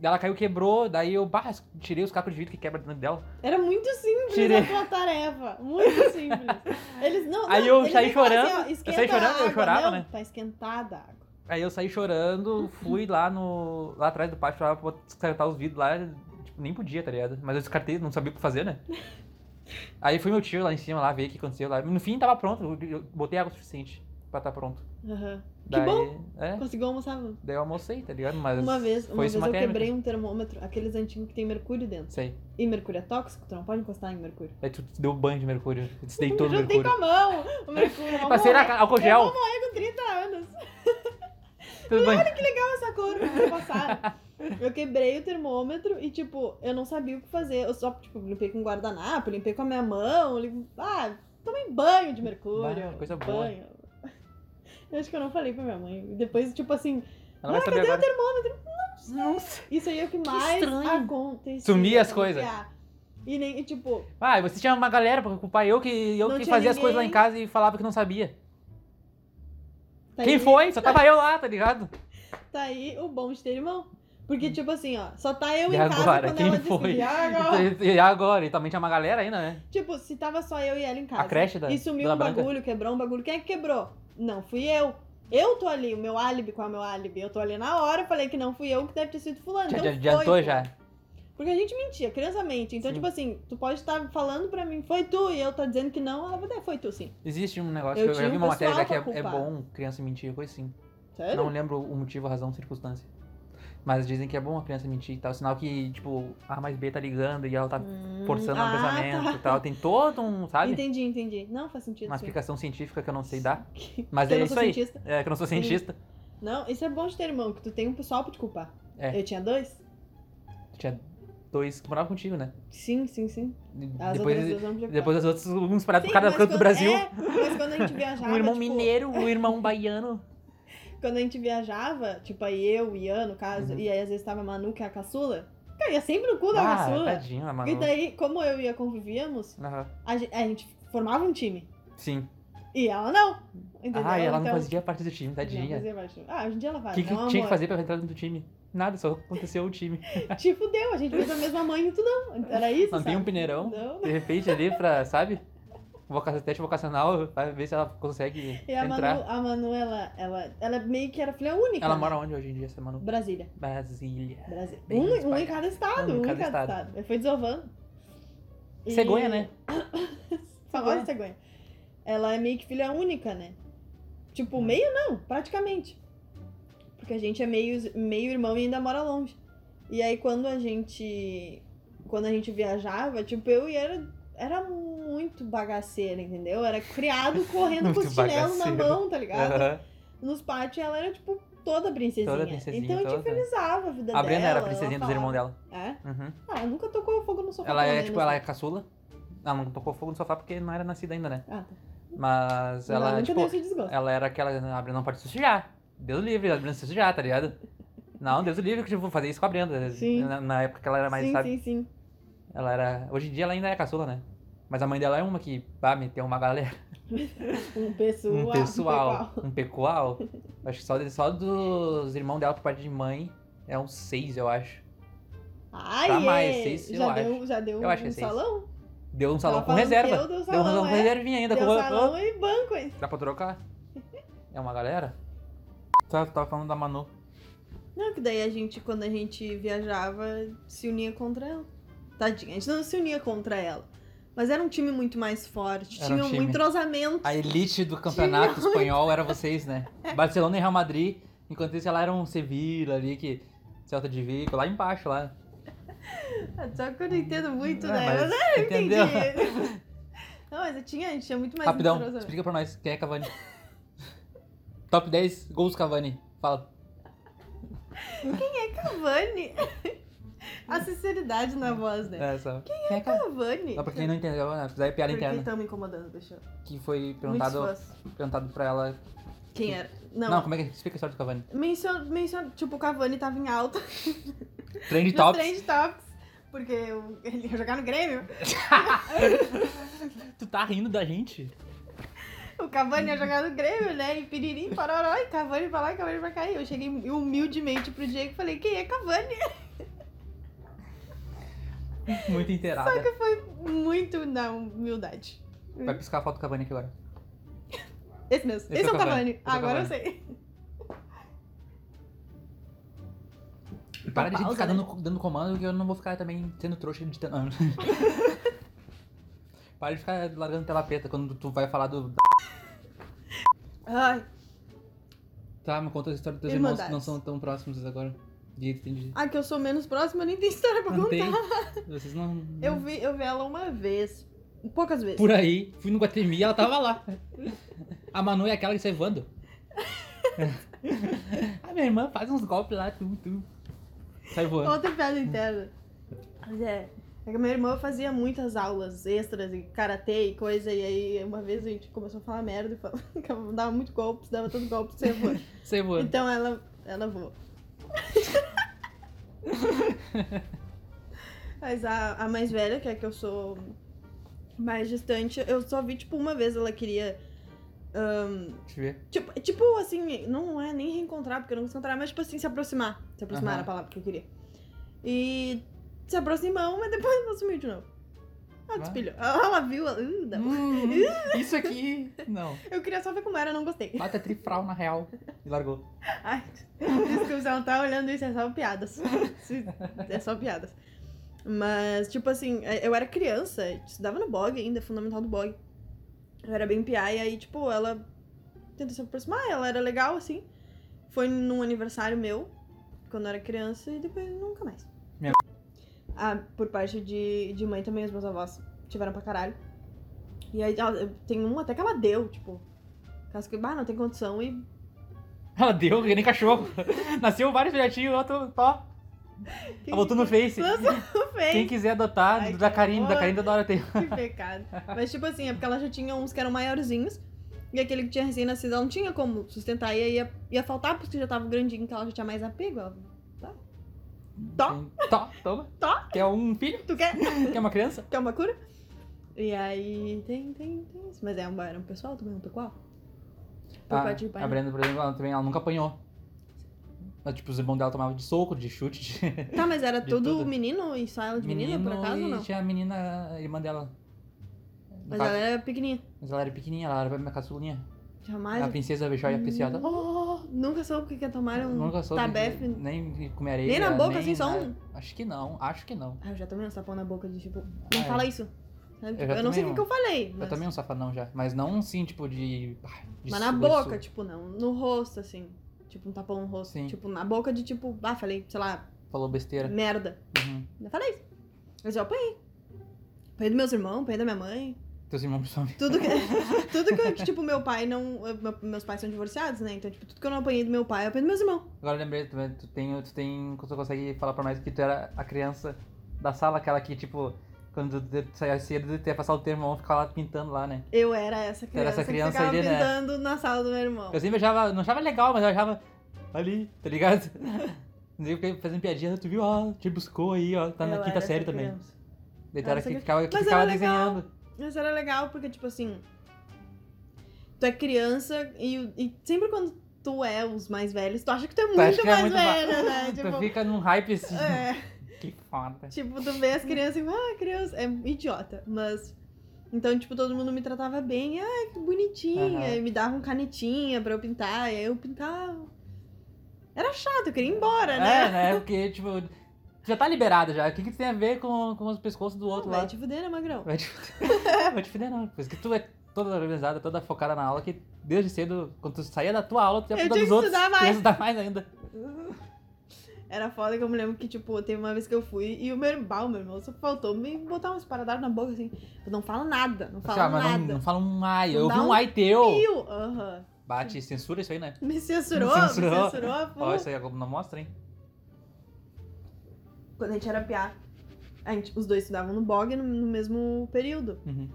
Ela caiu, quebrou. Daí eu bah, tirei os cacos de vidro que quebra dentro dela.
Era muito simples
Tirei.
a tua tarefa. Muito simples. Eles não.
Aí
não,
eu
eles
saí
nem falavam assim,
chorando,
ó,
eu saí
"Esquenta a
chorando, eu
água".
chorava,
Não,
né?
Tá esquentada a água.
Aí eu saí chorando,
Uhum.
fui lá no. lá atrás do pátio pra bot- descartar os vidros lá. Tipo, nem podia, tá ligado? Mas eu descartei, não sabia o que fazer, né? Aí foi meu tio lá em cima, lá ver o que aconteceu lá. No fim tava pronto, eu- eu botei água o suficiente pra estar pronto.
Aham. Que
Daí,
bom.
É,
Conseguiu almoçar? mano?
daí eu almocei, tá ligado? Mas
Uma vez, uma
foi
vez
isso
eu
uma térmica.
quebrei um termômetro, aqueles antigos que tem mercúrio dentro.
Sei.
E mercúrio é tóxico, tu não pode encostar em mercúrio.
Daí tu deu banho de mercúrio, tu se deitou
Eu
no
juntei com
mercúrio.
a mão o mercúrio. eu vou
Passei na
morrer.
ca- álcool
Eu
é gel.
vou morrer com 30 anos.
Tudo bem.
que legal essa cor que vocês passaram. Eu quebrei o termômetro e, tipo, eu não sabia o que fazer. Eu só, tipo, limpei com guardanapo, limpei com a minha mão. lim- Ah, tomei banho de mercúrio.
Bah, é coisa boa.
banho. Eu acho que eu não falei pra minha mãe. Depois, tipo assim,
Ela vai
Ah,
saber
cadê o
agora.
não sei. isso aí é o que mais
estranho.
aconteceu.
Sumia as coisas.
E nem, e, tipo,
Ah, e você tinha uma galera pra culpar eu que eu
Não
que
tinha
fazia as coisas lá em
ninguém.
casa e falava que não sabia.
tá
Quem
aí-
foi? Só tava eu lá, tá ligado?
Tá aí o bom de ter irmão. Porque, tipo assim, ó, só tá eu
E
em casa
agora?
quando
Quem
ela disse
foi?
"E agora?"
E agora? E também tinha uma galera ainda, né?
Tipo, se tava só eu e ela em casa.
A creche da-
E sumiu
Dona
um
Branca?
bagulho, quebrou um bagulho. Quem é que quebrou? Não fui eu. Eu tô ali, o meu álibi, qual é o meu álibi? Eu tô ali na hora, falei que não fui eu, que deve ter sido fulano.
Já
então
já adiantou
foi,
já.
Porque a gente mentia, criança mente. Então,
Sim.
tipo assim, tu pode estar falando pra mim, foi tu, e eu tô dizendo que não, ela vai dizer, foi tu, sim.
Existe um negócio
Eu
que eu já
tinha
vi
um
uma matéria já que é,
pessoal pra
é
culpar.
bom criança mentir, coisa assim.
Sério?
Não lembro o motivo, a razão, circunstância. Mas dizem que é bom a criança mentir e tal. Sinal que, tipo, A mais B tá ligando e ela tá
Hum,
forçando o
ah,
pensamento
tá.
e tal. Tem todo um, sabe?
Entendi, entendi. Não faz sentido.
Uma
sim.
explicação científica que eu não sei dar.
Que-
Mas
que eu
é
não sou
isso aí.
cientista.
É, que eu não sou
Sim.
cientista.
Não, isso é bom de ter irmão, que tu tem um pessoal pra te culpar.
É.
Eu tinha dois?
Tinha dois que moravam contigo, né?
Sim, sim, sim.
E
As outras
depois,
duas vão me culpar.
depois as outras, um espalhado por
Sim,
cada
mas
canto do
quando-
Brasil.
É, mas quando a gente viajava.
Um irmão
tipo,
mineiro, um irmão baiano.
Quando a gente viajava, tipo, aí eu, o Ian, no caso,
Uhum.
e aí às vezes tava a Manu, que é a caçula, caía sempre no cu da
Ah,
caçula.
tadinho, a Manu.
E daí, como eu e a convivíamos,
Aham.
a gente, a gente formava um time.
Sim.
E ela não. Entendeu?
Ah, e ela não
Então,
fazia parte do time,
não
tadinha.
fazia parte do time. Ah, hoje em dia ela
O
vai.
que, que
não,
tinha que
amor.
fazer pra entrar dentro do time? Nada, só aconteceu o time.
Te fudeu, a gente fez a mesma mãe e tu não. Era isso?
Mantém um
sabe?
peneirão,
Não.
de repente ali pra, sabe? Voca- Teste vocacional, pra ver se ela consegue
E a
entrar.
Manu, a Manu ela, ela, ela meio que era filha única.
Ela
né?
mora onde hoje em dia, essa Manu?
Brasília.
Brasília.
Brasil.
Bem
Um, um em
espalhado.
cada estado, um em cada, estado. Eu fui desovando. E-
Cegonha, né?
Famosa de cegonha. Ela é meio que filha única, né? Tipo,
Hum.
meio não, praticamente. Porque a gente é meio, meio irmão e ainda mora longe. E aí quando a gente. Quando a gente viajava, tipo, eu e era, era muito bagaceira, entendeu? Era criado correndo com os
Muito
chinelos na
bagaceira.
mão, tá ligado?
Aham.
nos pátios ela era, tipo, toda princesinha.
Toda princesinha,
Então eu te
toda.
infernizava a vida
A
dela.
Brena era a
ela
princesinha dos
falava-
irmãos dela.
É?
Uhum.
Ah, ela nunca tocou fogo no sofá.
Ela
pelo
é,
menos,
tipo, ela
né?
é caçula. Ela não tocou fogo no sofá porque não era nascida ainda, né?
Ah, tá.
Mas
Ela,
ela,
nunca
tipo,
deu esse desgosto.
Ela era aquela, a Brenda não pode se sujar. Deus livre, a Brenda se sujar, tá ligado? Não, Deus livre que eu vou fazer isso com a Brenda.
Sim.
Na, na época que ela era mais,
sim,
sabe?
sim, sim.
Ela era. Hoje em dia ela ainda é caçula, né? Mas a mãe dela é uma que, pá, meteu uma galera.
Um pessoal.
Um pessoal.
pessoal.
Um pecual. Acho que só, só dos irmãos dela por parte de mãe é uns seis, eu acho.
Ai,
Pra
é.
mais, seis, Tá, eu
já
acho.
deu, Já deu
Eu acho que
um
é seis.
salão.
Deu um salão
Tava
com
falando que
reserva.
Eu deu um
Deu um salão
salão,
com
é.
reservinha ainda.
Deu
com...
salão e banco, hein?
Dá pra trocar? É uma galera? Tá, tava falando da Manu.
Não, que daí a gente, quando a gente viajava, se unia contra ela. Tadinha, a gente não se unia contra ela. Mas era um time muito mais forte,
Era um
tinha um,
time.
entrosamento.
A elite do campeonato
Tinha
espanhol era vocês, né? Barcelona e Real Madrid, enquanto isso ela era um Sevilla ali, que Celta de Vigo, lá embaixo, lá.
É, Só que eu não entendo muito,
É,
né?
mas
eu não
entendeu?
entendi. Não, mas eu tinha, a gente tinha muito mais
Rapidão,
entrosamento.
explica pra nós quem é Cavani. Top 10 gols Cavani. Fala.
Cavani. A sinceridade na voz, né?
É, só. Quem é Cavani?
Cavani.
Só pra quem não entendeu, né? fizer a piada
Porque tá
interna.
tão me incomodando, deixa eu.
Que foi
Muitos
perguntado,
fãs.
perguntado pra ela.
Quem era?
Não.
Não.
como é que explica a história do Cavani?
Menciona, menciona, tipo, o Cavani tava em alta
Trend
nos
tops.
trend tops, porque eu- ele ia jogar no Grêmio.
Tu tá rindo da gente?
O Cavani
Hum.
ia jogar no Grêmio, né? E piririm, pororó, e Cavani pra lá e Cavani pra cá. E eu cheguei humildemente pro Diego e falei, quem é Cavani?
Muito inteirada.
Só que foi muito na humildade.
Vai piscar a foto do Cavani aqui agora.
Esse mesmo.
Esse
Esse, é
é o
o Cavani.
Cavani. Esse é o
Agora eu
Cavani.
sei.
E para de gente
pausa, né?
ficar dando, dando comando que eu não vou ficar também sendo trouxa editando. Ah, não. para de ficar largando tela preta quando tu vai falar do.
Ai,
Tá, me conta a história dos teus irmãos que não
Irmandades.
são tão próximos agora. E entendi.
ah, que eu sou menos próxima, eu nem tenho história pra
Não tem.
contar.
Vocês não.
Eu vi, eu vi ela uma vez. Poucas vezes.
Por aí, fui no Guatemi e ela tava lá. A Manu é aquela que sai voando. a minha irmã faz uns golpes lá, tu, tu. Sai voando.
Outra piada interna. Mas é. É que a minha irmã fazia muitas aulas extras e karatê e coisa, e aí uma vez a gente começou a falar merda e falava que ela dava muito golpes, dava todo golpe, você voa.
Sai voando.
Então ela, ela voa. Mas a, a mais velha, que é a que eu sou mais distante, eu só vi tipo uma vez ela queria. ahn,
Deixa eu ver.
Tipo, tipo, assim, não é nem reencontrar, porque eu não consegui encontrar, mas tipo assim, se aproximar. Se aproximar era
Aham.
a palavra que eu queria. E se aproximou, mas depois ela sumiu de novo. Ela
Ah.
despilhou. Ela viu, ela- uh, não.
Hum, isso aqui. Não.
Eu queria só ver como era, não gostei.
Bata trifral na real. E largou.
Ai, desculpa, se ela não tá olhando isso, é só piadas. Se- É só piadas. Mas, tipo assim, é- eu era criança, estudava no blog ainda, fundamental do blog. Eu era bem piá, e aí, tipo, ela tentou se aproximar, ela era legal, assim. Foi num aniversário meu, quando eu era criança, e depois nunca mais.
Minha-
Ah, por parte de, de mãe também, os meus avós tiveram pra caralho. E aí, ela- tem um até que ela deu, tipo. Caso que, bah, não tem condição, e
Ela deu, que nem cachorro. Nasceu vários filhotinhos, ó, tô, ó.
Quem-
Ela botou no Face.
Lançou no Face.
Quem quiser adotar,
Ai,
da
que
Karine, da
horror.
Karine da Dora tem.
Que pecado. Mas, tipo assim, é porque ela já tinha uns que eram maiorzinhos. E aquele que tinha recém-nascido, ela não tinha como sustentar. E aí ia, ia faltar, porque já tava grandinho, que ela já tinha mais apego. Ela, Tó.
Tem- Tó, toma.
Tó.
Quer um filho?
tu quer?
Quer uma criança?
Quer uma cura? E aí, tem, tem, tem isso. Mas é um, era um pessoal também, um pecual. Por
Ah,
parte de pai,
a
né?
Brenda, por exemplo, ela também ela nunca apanhou. Mas, tipo, os irmãos dela tomavam de soco, de chute, de.
Tá, mas era
De
tudo,
tudo.
menino e só ela de menina, por acaso, ou
e
não?
tinha a menina, a irmã dela. No
Mas
caso,
ela é- era pequenininha.
mas ela era pequenininha, ela era minha caçulinha.
Jamais.
a princesa Bechóia apreciada.
Oh, nunca soube o que que é tomar um
Nunca soube
tabefe.
é. nem comer areia.
Nem na boca, assim, só
nada.
um-
Acho que não, acho que não.
Ah, eu já tomei um sapão na boca de tipo,
Ah,
não
é.
fala isso. Sabe?
já
Tipo, Eu, não sei o
tomei
que, que eu falei.
Eu
Mas,
também um safanão já. Mas não assim, tipo, de. ah, de
mas na
su-
boca,
su-
tipo, não. No rosto, assim. Tipo, um tapão no rosto.
Sim.
Tipo, na boca de tipo, ah, falei, sei lá,
Falou besteira.
merda.
Uhum.
Eu falei isso. Mas eu apanhei. Apanhei dos meus irmãos, apanhei da minha mãe.
Teus irmãos principalmente.
Tudo que. tudo que, que, tipo, meu pai não. eu- meu- meus pais são divorciados, né? Então, tipo, tudo que eu não apanhei do meu pai, eu apanhei dos meus irmãos.
Agora eu lembrei, tu, tu tem. Tu tem. Tu consegue falar pra nós que tu era a criança da sala, aquela que, tipo, quando tu saia cedo, tu ia passar o teu irmão ficar lá pintando lá, né?
Eu era essa
era
criança,
essa criança
que ficava
ali, né?
pintando na sala do meu irmão.
Eu sempre achava. Não achava legal, mas eu achava. Ali, tá ligado? Não sei, porque fazendo piadinha, tu viu, ó, te buscou aí, ó, tá na
Eu era
quinta
essa
série também.
criança.
Daí tu era
Essa
que
aqui-
ficava, que
Mas
ficava
era legal.
desenhando.
Mas era legal porque, tipo assim, tu é criança e, e sempre quando tu é os mais velhos, tu acha que tu é muito mais
acha que é muito ba-
velha, né?
Tu
Tipo,
fica num hype assim.
é,
Que foda.
tipo, tu vê as crianças e ah, criança, é idiota, mas... Então, tipo, todo mundo me tratava bem, ai, que bonitinha,
Aham.
e me davam canetinha pra eu pintar, e aí eu pintava. Era chato, eu queria ir embora, né?
É, né? É, Porque, tipo, Já tá liberado já. O que, que tem a ver com, com os pescoços do outro
Vai
lá?
te fuder, né, magrão?
Vai te Vai te fuder, não. Por isso que tu é toda organizada, toda focada na aula, que desde cedo, quando tu saía da tua aula, tu já
Eu
cuidava
tinha
dos
que
outros.
estudar
tu ia
mais.
estudar mais ainda.
Era foda que eu me lembro que, tipo, teve uma vez que eu fui e o meu irmão, meu irmão, só faltou me botar uns paradas na boca assim. Eu não falo nada, não falo
Assim, ah, mas
nada.
não, não fala um ai.
Não
Eu ouvi
dá
um
um
ai teu.
Fio. Aham.
Bate, censura isso aí, né?
Me censurou,
Me
me
censurou. Ah,
censurou, um
Ó,
pô.
isso aí a Globo não mostra, hein?
Quando a gente era piá, a gente, os dois estudavam no BOG no, no mesmo período.
Uhum.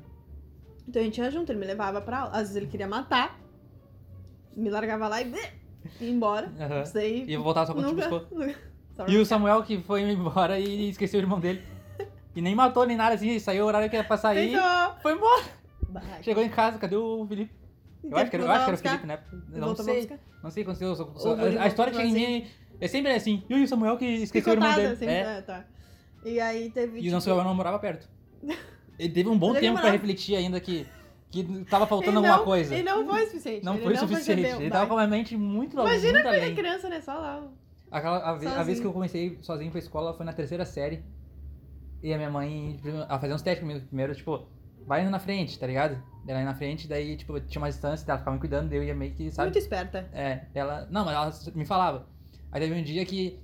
Então a gente ia junto, ele me levava pra aula. Às vezes ele queria matar, me largava lá e ia embora.
Aham.
Isso daí
E eu voltava só quando te
nunca,
buscou.
nunca. Só
E o Samuel que foi embora e esqueceu o irmão dele. E nem matou nem nada assim, saiu o horário que era pra sair.
Tentou.
Foi embora.
Barraca.
Chegou em casa, cadê o Felipe? Eu
Então,
acho que era, eu
voltava
acho que era o
buscar.
Felipe, né?
Ele
Não
voltou pra
sei.
buscar.
Não sei o que aconteceu. só- só-
Guri
a, a história que chega em
voltou
mim é sempre assim. E o Samuel que esqueceu o irmão
Picotada,
dele.
assim,
É.
é, tá. E aí teve. tipo,
E o Samuel não morava perto. Ele teve um bom
Mas ele
tempo pra
morava-
refletir ainda que, que tava faltando
Ele
tá alguma
não-
coisa.
Ele não foi o suficiente.
Não
ele
foi o
não
suficiente.
percebeu,
ele
vai.
tava com a mente muito, longe,
Imagina
muito
quando é
além.
criança, né? Só lá.
Aquela, a, ve- a vez
Sozinho.
que eu comecei sozinho pra escola foi na terceira série. E a minha mãe a fazer uns testes comigo primeiro, tipo, vai indo na frente, tá ligado? Ela ia na frente, daí, tipo, tinha uma distância, ela ficava me cuidando, daí eu ia meio que, sabe?
Muito esperta.
É, ela. Não, mas ela me falava. Aí teve um dia que.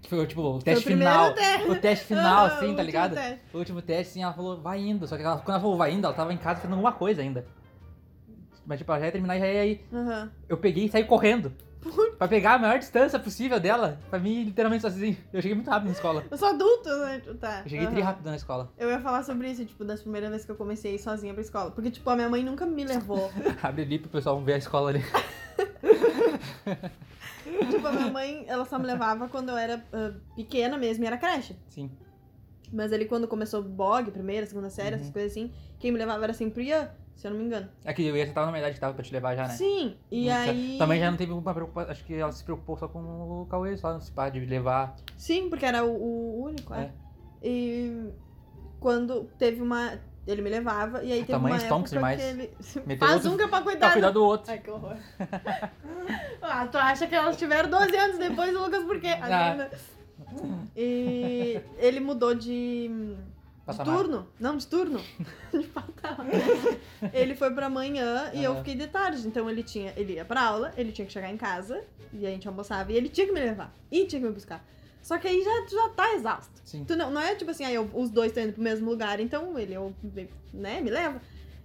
Que foi, tipo, o teste
Foi o
final.
primeiro te-
O teste final,
Ah,
assim,
o
tá
último
ligado?
teste.
O último teste, assim, ela falou, vai indo. Só que ela- quando ela falou, vai indo, ela tava em casa fazendo alguma coisa ainda. Mas, tipo, ela já ia terminar e já ia aí.
Aham.
Eu peguei e saí correndo. Pra pegar a maior distância possível dela, pra mim, literalmente sozinho. Eu cheguei muito rápido na escola.
Eu sou adulto, né? Tá.
Eu cheguei
aham.
tri rápido na escola.
Eu ia falar sobre isso, tipo, das primeiras vezes que eu comecei a ir sozinha pra escola. Porque, tipo, a minha mãe nunca me levou.
Abre ali pro pessoal ver a escola ali.
tipo, a minha mãe, ela só me levava quando eu era ah, pequena mesmo e era creche.
Sim.
Mas ali quando começou o blog, primeira, segunda série, essas
Uhum.
coisas assim, quem me levava era sempre o Ian, se eu não me engano.
Aqui eu ia, já tava na idade É que tava pra te levar já, né?
Sim, e
Não sei.
aí.
Também já não teve uma preocupação. Acho que ela se preocupou só com o Cauê, só se pá, de levar.
Sim, porque era o, o único, é.
É.
E quando teve uma. Ele me levava, e aí teve
tamanho
uma
stonks
época
demais.
que ele...
Meteu
Faz
outro-
um que é pra cuidar,
Pra cuidar
do-
do outro.
Ai, que horror. ah, tu acha que elas tiveram 12 anos depois, Lucas, por quê?
Ah.
A menina- E ele mudou de, de
Passar mal.
turno. Não, de turno. de patamar. Ele foi pra manhã e eu
Aham.
fiquei de tarde. Então ele tinha. Ele ia pra aula, ele tinha que chegar em casa, e a gente almoçava, e ele tinha que me levar. E tinha que me buscar. Só que aí já, tu já tá exausto.
Sim.
Tu não, não é tipo assim, aí eu- os dois estão indo pro mesmo lugar, então ele, eu, né, me leva.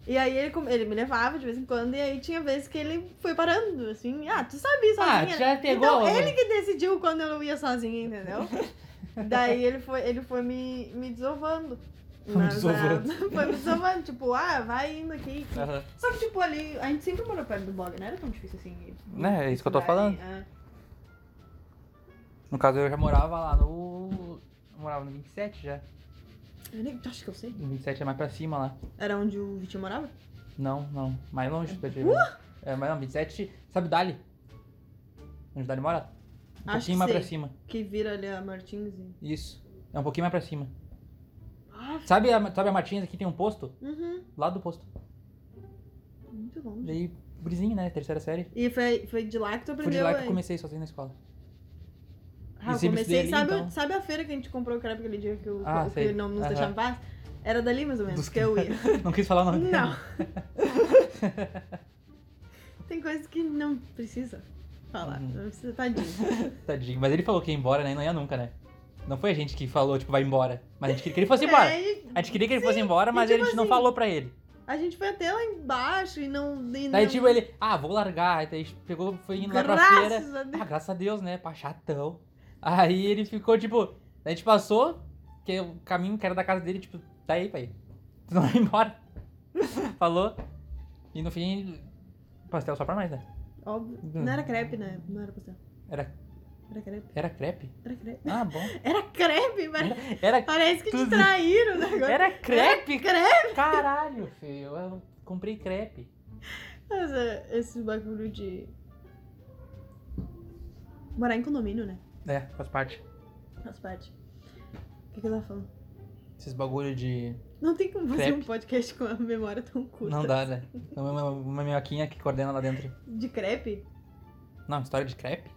E aí ele, com- ele me levava de vez em quando, e aí tinha vezes que ele foi parando, assim, ah, tu sabia
Ah,
sozinha.
tu já pegou.
então, ele que decidiu quando eu não ia sozinha, entendeu? Daí ele foi, ele foi me, me desovando.
Foi me
Mas, ah,
desovando.
foi me desovando, tipo, ah, vai indo aqui.
Aham.
Só que, tipo, ali, a gente sempre morou perto do blog, não era tão difícil assim.
Né, é isso que eu tô falando.
É.
No caso, eu já morava lá no. Eu morava no 27 já.
Eu nem, acho que eu sei.
No 27 é mais pra cima lá.
Era onde o Vitinho morava?
Não, não. Mais longe. pra te- É, mas não, 27. Sabe o Dali? Onde o Dali mora? Um
Acho que
pouquinho mais pra
sei.
cima.
Que vira ali a Martins e...
Isso. É um pouquinho mais pra cima.
Ah,
Sabe a, sabe a Martins aqui tem um posto?
uhum,
Do lado do posto.
muito longe.
Daí, brisinho, né? Terceira série.
E foi, foi de lá que tu
Foi
aprendeu.
de lá que
hein?
eu comecei sozinho na escola.
Ah, eu
Esse
comecei,
bife dele,
sabe,
então.
sabe a feira que a gente comprou o creme aquele dia que, o,
Ah,
que
sei.
não nos
Aham.
deixava em paz? Era dali mais ou menos
Dos-
que eu ia.
Não quis falar o nome dele.
não. Tem coisas que não precisa falar.
Uhum.
Não precisa, tadinho.
Tadinho. Mas ele falou que ia embora, né? Não ia nunca, né? Não foi a gente que falou, tipo, vai embora. Mas a gente queria que ele fosse embora.
Aí,
A gente queria que ele fosse embora, mas
É. e tipo
a gente não
assim,
falou pra ele.
a gente foi até lá embaixo e não. E
Daí,
não...
tipo, ele, ah, vou largar. Aí daí pegou, foi indo lá pra feira.
Graças a Deus.
Ah, graças a Deus, né? Pá, chatão. Aí ele ficou, tipo, daí a gente passou, que o caminho que era da casa dele, tipo, tá aí, pai. Tu não vai embora. Falou. E no fim, pastel só pra nós, né?
Óbvio. Não era crepe, né? Não era pastel.
Era,
Era crepe.
era crepe?
Era crepe.
Ah, bom.
Era crepe, mas
Era,
parece que te
Tudo.
traíram o negócio.
era crepe?
Crepe!
Caralho, filho. Eu comprei crepe.
Mas é, esse bagulho de. Morar em condomínio, né?
É, faz parte.
Faz parte. O que, que eu tava falando?
Esses bagulho de.
Não tem como fazer
Crepe.
um podcast com a memória tão curta.
Não dá, né? É Uma, uma minhoquinha que coordena lá dentro.
De crepe?
Não, história de crepe?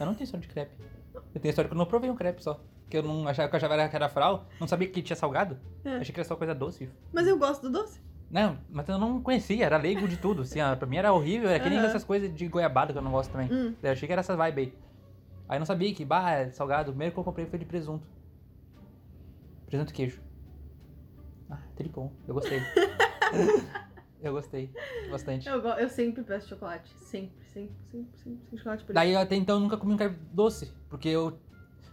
Eu não tenho história de crepe. Eu tenho história que eu não provei um crepe só. que eu não achava que eu achava que era fral, não sabia que tinha salgado.
É.
Achei que era só coisa doce.
Mas eu gosto do doce.
Não, mas eu não conhecia, era leigo de tudo. Assim, ah, pra mim era horrível, era que nem
Aham.
essas coisas de goiabada que eu não gosto também.
Hum.
Eu achei que era essa vibe aí. Aí eu não sabia que, bah, é salgado. O primeiro que eu comprei foi de presunto. Presunto e queijo. Ah, tripom. Eu gostei. eu gostei. Bastante.
Eu, go- eu sempre peço chocolate. Sempre, sempre, sempre, sempre. Chocolate preto.
Daí até então eu nunca comi um carbo doce. Porque eu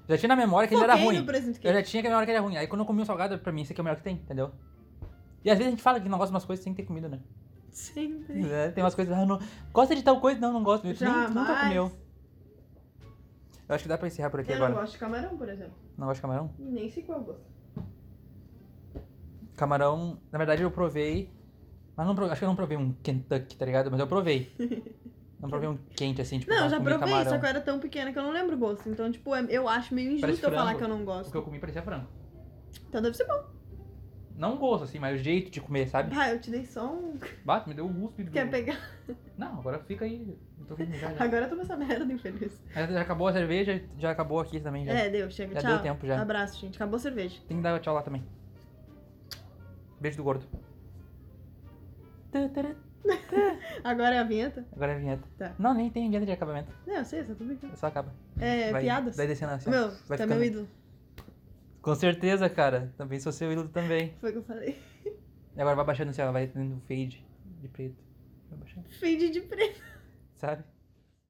já tinha na memória que ele era
Foquei
ruim.
no presunto
Eu
queijo.
já tinha que a memória que era ruim. Aí quando eu comi um salgado, pra mim, esse aqui é o melhor que tem, entendeu? E às vezes a gente fala que não gosta de umas coisas sem ter comido, né?
Sempre.
É, Tem umas coisas, ah, não. Gosta de tal coisa? Não, não gosto. Tu nem- tu nunca
Jamais.
comeu. Eu acho que dá pra encerrar por aqui
Eu não
agora.
gosto de camarão, por exemplo.
Não gosta de camarão?
Nem sei qual é o gosto.
Camarão, na verdade eu provei. Mas não, pro- acho que eu não provei um Kentucky, tá ligado? Mas eu provei. Não provei um quente assim, tipo,
Não, eu
eu
já
comi
provei,
camarão.
só que eu era tão pequena que eu não lembro o gosto. Então, tipo, é- eu acho meio injusto
Parece
eu falar
frango.
que eu não
O que eu
gosto.
comi parecia frango.
Então deve ser bom.
Não o gosto, assim, mas o jeito de comer, sabe?
Ah, eu te dei só um.
Bate, me deu um gosto de.
Quer pegar?
Não, agora fica aí. Eu tô com mijar já.
Agora toma essa merda, infeliz.
Mas já acabou a cerveja, já acabou aqui também. Já,
É, deu, chega.
já
tchau.
deu tempo já.
Abraço, gente. Acabou a cerveja.
Tem que dar tchau lá também. Beijo do gordo. Tã, tarã.
Agora é a vinheta?
Agora é a vinheta.
Tá.
Não, nem tem vinheta de acabamento.
Não, eu sei, só tô brincando.
Só acaba.
É,
vai,
piadas?
Vai descendo assim. ó.
Meu,
vai
tá
ficando.
meu ídolo.
Com certeza, cara. Também sou seu ídolo também.
Foi o que eu falei.
E agora vai baixando assim, ela vai dando um fade de preto. Vai baixando,
Fade de preto.
sabe?